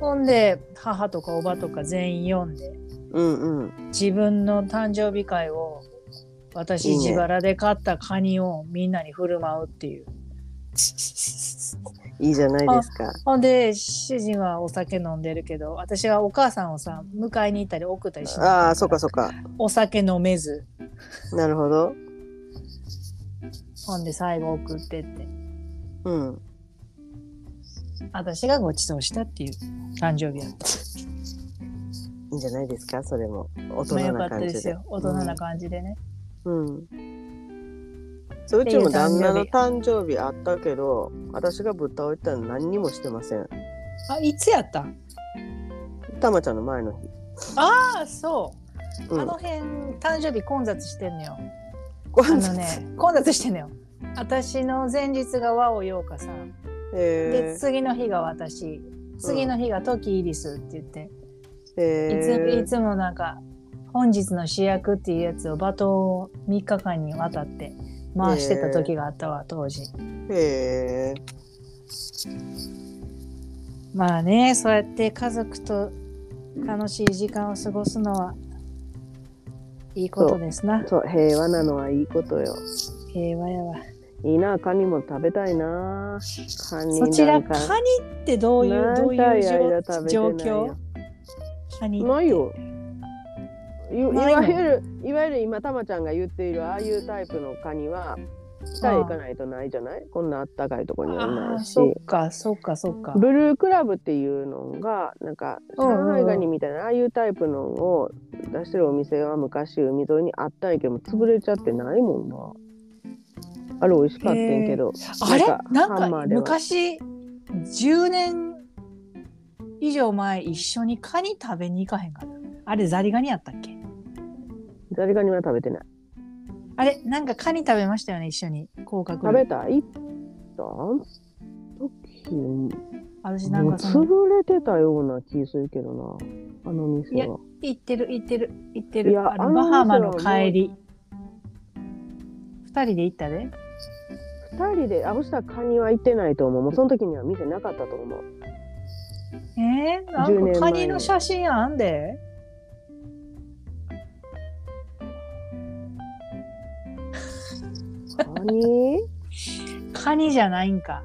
Speaker 1: ほんで母とかおばとか全員呼んで
Speaker 2: うんうん
Speaker 1: 自分の誕生日会を私
Speaker 2: いいね
Speaker 1: 自腹で買ったカニをみんなに振る舞うっていう
Speaker 2: いいじゃないですか
Speaker 1: ほんで主人はお酒飲んでるけど私はお母さんをさ迎えに行ったり送ったりしながら
Speaker 2: ああーそっかそっか
Speaker 1: お酒飲めず
Speaker 2: なるほど
Speaker 1: ほんで最後送ってって
Speaker 2: うん
Speaker 1: 私がごちそうしたっていう誕生日やった
Speaker 2: いいんじゃないですかそれも大人
Speaker 1: まあよか
Speaker 2: な
Speaker 1: った
Speaker 2: 感
Speaker 1: で
Speaker 2: じ
Speaker 1: す
Speaker 2: で
Speaker 1: よ大人な感じでね、
Speaker 2: うんそううちも旦那の誕生日あったけど私がぶっ倒れたの何にもしてません
Speaker 1: あいつやった
Speaker 2: たまちゃんの前の日
Speaker 1: ああそう、
Speaker 2: う
Speaker 1: あ
Speaker 2: ん
Speaker 1: の辺誕生日混雑してんのよ
Speaker 2: ご
Speaker 1: あの
Speaker 2: 飯作っ
Speaker 1: ね混雑してんのよ私の前日が和尾陽香さんで
Speaker 2: へ
Speaker 1: 次の日が私次の日が時イリスって言って、
Speaker 2: えへ
Speaker 1: いつい
Speaker 2: え
Speaker 1: つもなんか本日の主役っていうやつをバトンを3日間にわたって回してた時があったわ当時
Speaker 2: へえ
Speaker 1: まあねそうやって家族と楽しい時間を過ごすのはいいことですな
Speaker 2: そう平和なのはいいことよ
Speaker 1: 平和やわ
Speaker 2: いいなカニも食べたいなカニ
Speaker 1: そち
Speaker 2: な
Speaker 1: ら
Speaker 2: んか
Speaker 1: カニってどういうどういう
Speaker 2: 長間食べてない
Speaker 1: 状
Speaker 2: よ
Speaker 1: 況カニって
Speaker 2: ないよいい
Speaker 1: ないの
Speaker 2: わゆるいわゆる今たまちゃんが言っているああいうタイプのカニは北へ行かないとないじゃないこんなあったかいとこにはい
Speaker 1: あ
Speaker 2: な
Speaker 1: あ
Speaker 2: いし
Speaker 1: そっかそっかそっか
Speaker 2: ブルークラブっていうのがなんか
Speaker 1: うんうん
Speaker 2: 上海ガニみたいなああいうタイプのを出してるお店は昔海沿いにあったんやけど潰れちゃってないもんなあれ美味しかったんやけど
Speaker 1: あれな
Speaker 2: ハン
Speaker 1: ん
Speaker 2: マ
Speaker 1: か
Speaker 2: ーでは
Speaker 1: 昔10年以上前一緒にカニ食べに行かへんかったあれザリガニやったっけ
Speaker 2: ザリガニは食べてない
Speaker 1: あれなんかカニ食べましたよね一緒に甲殻
Speaker 2: 食べたいったあん時も
Speaker 1: 私なん
Speaker 2: う
Speaker 1: かその
Speaker 2: 潰れてたような気するけどなあの店は
Speaker 1: 行ってる行ってる行って
Speaker 2: い
Speaker 1: る
Speaker 2: や
Speaker 1: あ
Speaker 2: あの
Speaker 1: のバハマの帰り二人で行ったで
Speaker 2: 2人であそしたらカニは行ってないと思うもうその時には店なかったと思 <laughs> う
Speaker 1: えー、な
Speaker 2: 10
Speaker 1: ん
Speaker 2: 年
Speaker 1: か
Speaker 2: 前
Speaker 1: カニの写真あんで
Speaker 2: カニ
Speaker 1: カニじゃないんか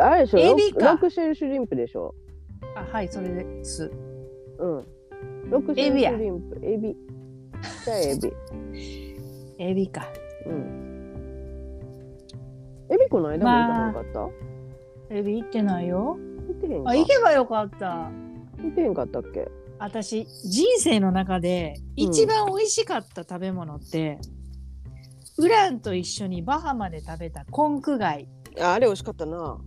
Speaker 2: あれでしょ
Speaker 1: エビか
Speaker 2: ロックシェルシュリンプでしょ
Speaker 1: あはいそれです
Speaker 2: うん。ロックシ
Speaker 1: エ
Speaker 2: ェル
Speaker 1: ビ
Speaker 2: シ
Speaker 1: や
Speaker 2: ュリンプ、エビ。じゃあエビ。
Speaker 1: エビか
Speaker 2: うん。エビこの間も行かへんかっ
Speaker 1: エビ行ってないよ。
Speaker 2: た行ってへんか
Speaker 1: あ、行けばよかった。
Speaker 2: 行ってへんかったっけ
Speaker 1: 私、人生の中で一番美味しかった食べ物って、ウランと一緒にバハマで食べたコンク貝。
Speaker 2: ああれ美味しかったな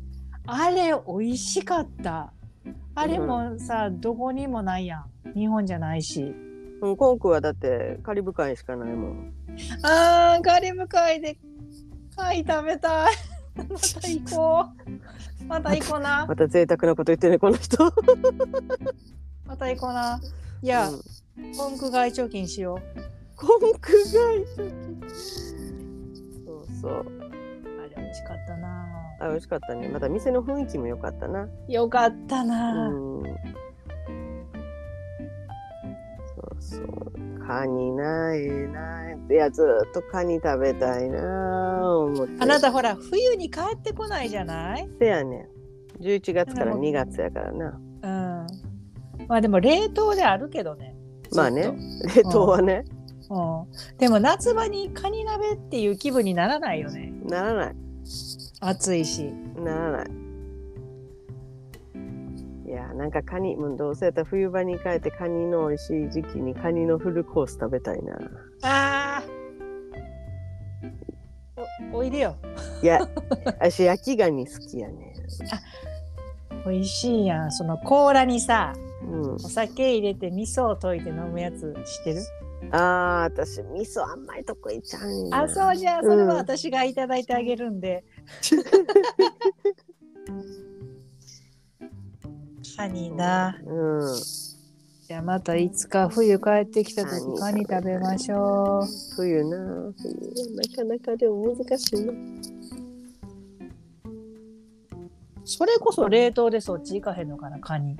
Speaker 1: あれ、美味しかった。あれもさ、どこにもないやん。日本じゃないし。
Speaker 2: うん、コンクはだってカリブ海しかないもん。
Speaker 1: あー、カリブ海で貝食べたい。 <laughs> また行こう。また行こうな。
Speaker 2: また贅沢なこと言ってね、この人。
Speaker 1: また行こうな。い
Speaker 2: い
Speaker 1: や、コンク貝貯金しよ
Speaker 2: コンク外食。そうそう、
Speaker 1: う。あれ、美味しかったな。
Speaker 2: あ、美味しかったね。また店の雰囲気も良かったな。
Speaker 1: よかった
Speaker 2: う
Speaker 1: な。
Speaker 2: ん。そうそう。カニないない。いや、ずっとカニ食べたいな。思って。
Speaker 1: あなたほら冬に帰ってこないじゃない
Speaker 2: せやね。十一月から二月やからな。
Speaker 1: うんまあでも冷凍であるけどね
Speaker 2: まあね、冷凍はね、
Speaker 1: ずっとうん、でも夏場にカニ鍋っていう気分にならないよね
Speaker 2: ならない。
Speaker 1: 暑いし
Speaker 2: ならない。いやーなんかカニもうどうせやったら冬場に帰ってカニの美味しい時期にカニのフルコース食べたいな。
Speaker 1: あーおおいでよ
Speaker 2: いや私焼きガニ好きやね。
Speaker 1: 美味しいやんその甲羅にさ
Speaker 2: う
Speaker 1: お酒入れて味噌を溶いて飲むやつしてる
Speaker 2: ん、ああ私味噌あんまり得意ちゃうねんな
Speaker 1: あそうじゃあそれは私がいただいてあげるん <laughs> で、カニな
Speaker 2: うん
Speaker 1: じゃあまたいつか冬帰ってきた時カニ食べましょう。
Speaker 2: 冬な冬はなかなかでも難しいな。
Speaker 1: それこそ冷凍でそっち行かへんのかなカニ。
Speaker 2: い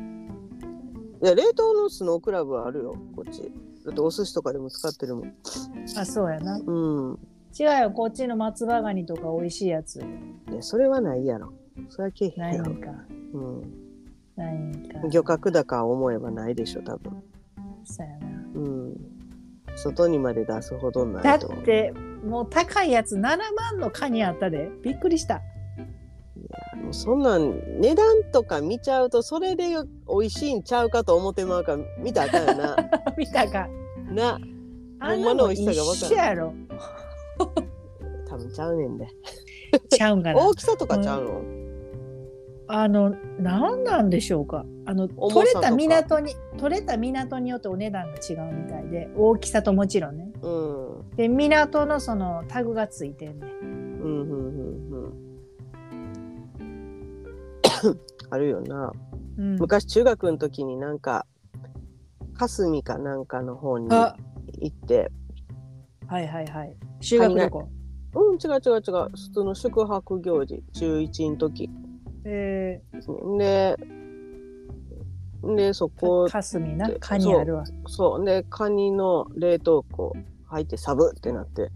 Speaker 2: や冷凍のスノークラブはあるよこっち。だってお寿司とかでも使ってるもん。
Speaker 1: あそうやな。
Speaker 2: うん。
Speaker 1: 違うよこっちの松葉ガニとか美味しいやつ。
Speaker 2: いやそれはないやろ。それはけえへん
Speaker 1: ないん
Speaker 2: やろ。
Speaker 1: か。
Speaker 2: うん。
Speaker 1: ないんか。
Speaker 2: 漁獲高を思えばないでしょ多分、
Speaker 1: そうやな。
Speaker 2: うん、外にまで出すほどな
Speaker 1: だ
Speaker 2: い
Speaker 1: っ
Speaker 2: と思う
Speaker 1: てもう高いやつ7万のカニあったで。びっくりした。 <laughs>
Speaker 2: もうそんなん値段とか見ちゃうとそれで美味しいんちゃうかと思ってまうから見たらあかんよ
Speaker 1: 見たか。 <laughs>
Speaker 2: なな
Speaker 1: あ
Speaker 2: ほ
Speaker 1: ん
Speaker 2: ん
Speaker 1: な
Speaker 2: ま
Speaker 1: の
Speaker 2: の
Speaker 1: 一
Speaker 2: 美味しさ
Speaker 1: 緒
Speaker 2: が分か
Speaker 1: やろ。
Speaker 2: る多分ちゃうねんで
Speaker 1: ちゃうんかな
Speaker 2: 大。きさとかちゃうの、
Speaker 1: あの何なんでしょうかあの
Speaker 2: 重さ
Speaker 1: 取れ
Speaker 2: とか
Speaker 1: た港に取れた港によってお値段が違うみたいで大きさともちろんね
Speaker 2: うん、
Speaker 1: で港のそのタグがついてんね
Speaker 2: うんうんうんうん <coughs> あるよな
Speaker 1: うん
Speaker 2: 昔中学の時になんか霞かなんかの方に行
Speaker 1: あ
Speaker 2: って
Speaker 1: はいはいはい修学旅行
Speaker 2: うん、違う違う違う。普通の宿泊行事、中1の時
Speaker 1: え
Speaker 2: ですね。で、で、そこ
Speaker 1: ー、、かすみなカニあるわ
Speaker 2: そう、で、カニの冷凍庫入ってサブってなって、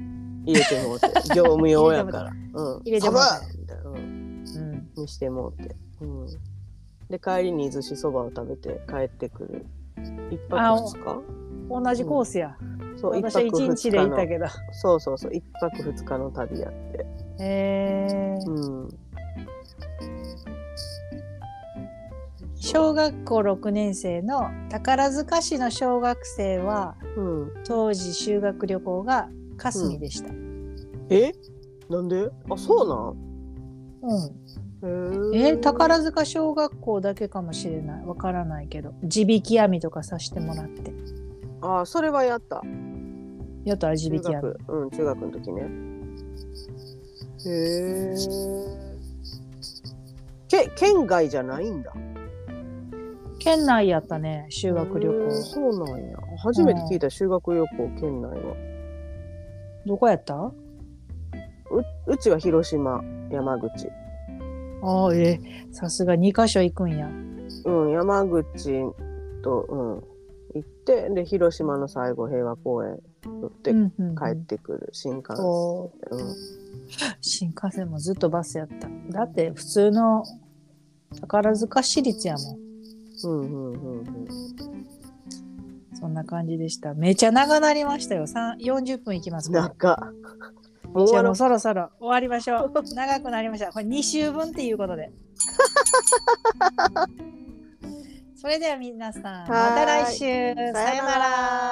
Speaker 2: 入れても
Speaker 1: <laughs>
Speaker 2: うて、業務用やから。うん、
Speaker 1: 入れてもうた
Speaker 2: サブみたいな、うん、
Speaker 1: うん
Speaker 2: にしてもうて。うん。で、帰りに寿司そばを食べて帰ってくる。一
Speaker 1: あ
Speaker 2: 泊二日
Speaker 1: 同じコースや、
Speaker 2: そう、一
Speaker 1: 私は
Speaker 2: 泊
Speaker 1: 一
Speaker 2: 二
Speaker 1: 日
Speaker 2: 日
Speaker 1: で行った
Speaker 2: の。
Speaker 1: けど
Speaker 2: そうそうそう、一泊二日の旅やって。
Speaker 1: えー、
Speaker 2: うん。
Speaker 1: 小学校6年生の宝塚市の小学生は
Speaker 2: うん。
Speaker 1: 当時修学旅行がかすみでした、
Speaker 2: えなんであそう
Speaker 1: うん
Speaker 2: なんへ
Speaker 1: えー宝塚小学校だけかもしれないわからないけど地引き網とかさしてもらって
Speaker 2: あそれはやった
Speaker 1: やったら地
Speaker 2: 中
Speaker 1: 引き網
Speaker 2: 学うん中学の時ねへえけ県外じゃないんだ
Speaker 1: 県内やったね修学旅
Speaker 2: へー
Speaker 1: 行
Speaker 2: そうなんや初めて聞いた修学旅行県内は
Speaker 1: どこやった
Speaker 2: ううちは広島山口
Speaker 1: ああえーさすが2か所行くんや
Speaker 2: うん山口とうん行ってで広島の最後平和公園寄って
Speaker 1: うんうんうん
Speaker 2: 帰ってくる新幹線、
Speaker 1: おー
Speaker 2: うん
Speaker 1: 新幹線もずっとバスやっただって普通の宝塚市立やもん
Speaker 2: うんうんうんうん
Speaker 1: そんな感じでしためちゃ長なりましたよさん40分行きますこれ
Speaker 2: 長もう
Speaker 1: じ
Speaker 2: 終
Speaker 1: ゃあ
Speaker 2: わろ
Speaker 1: も
Speaker 2: う
Speaker 1: うそろそろ終わりましょう。 <laughs> 長くなりました。これ2週分っていうこと <laughs> で。それでは皆さん、また来週。さような
Speaker 2: さような
Speaker 1: ら
Speaker 2: ら。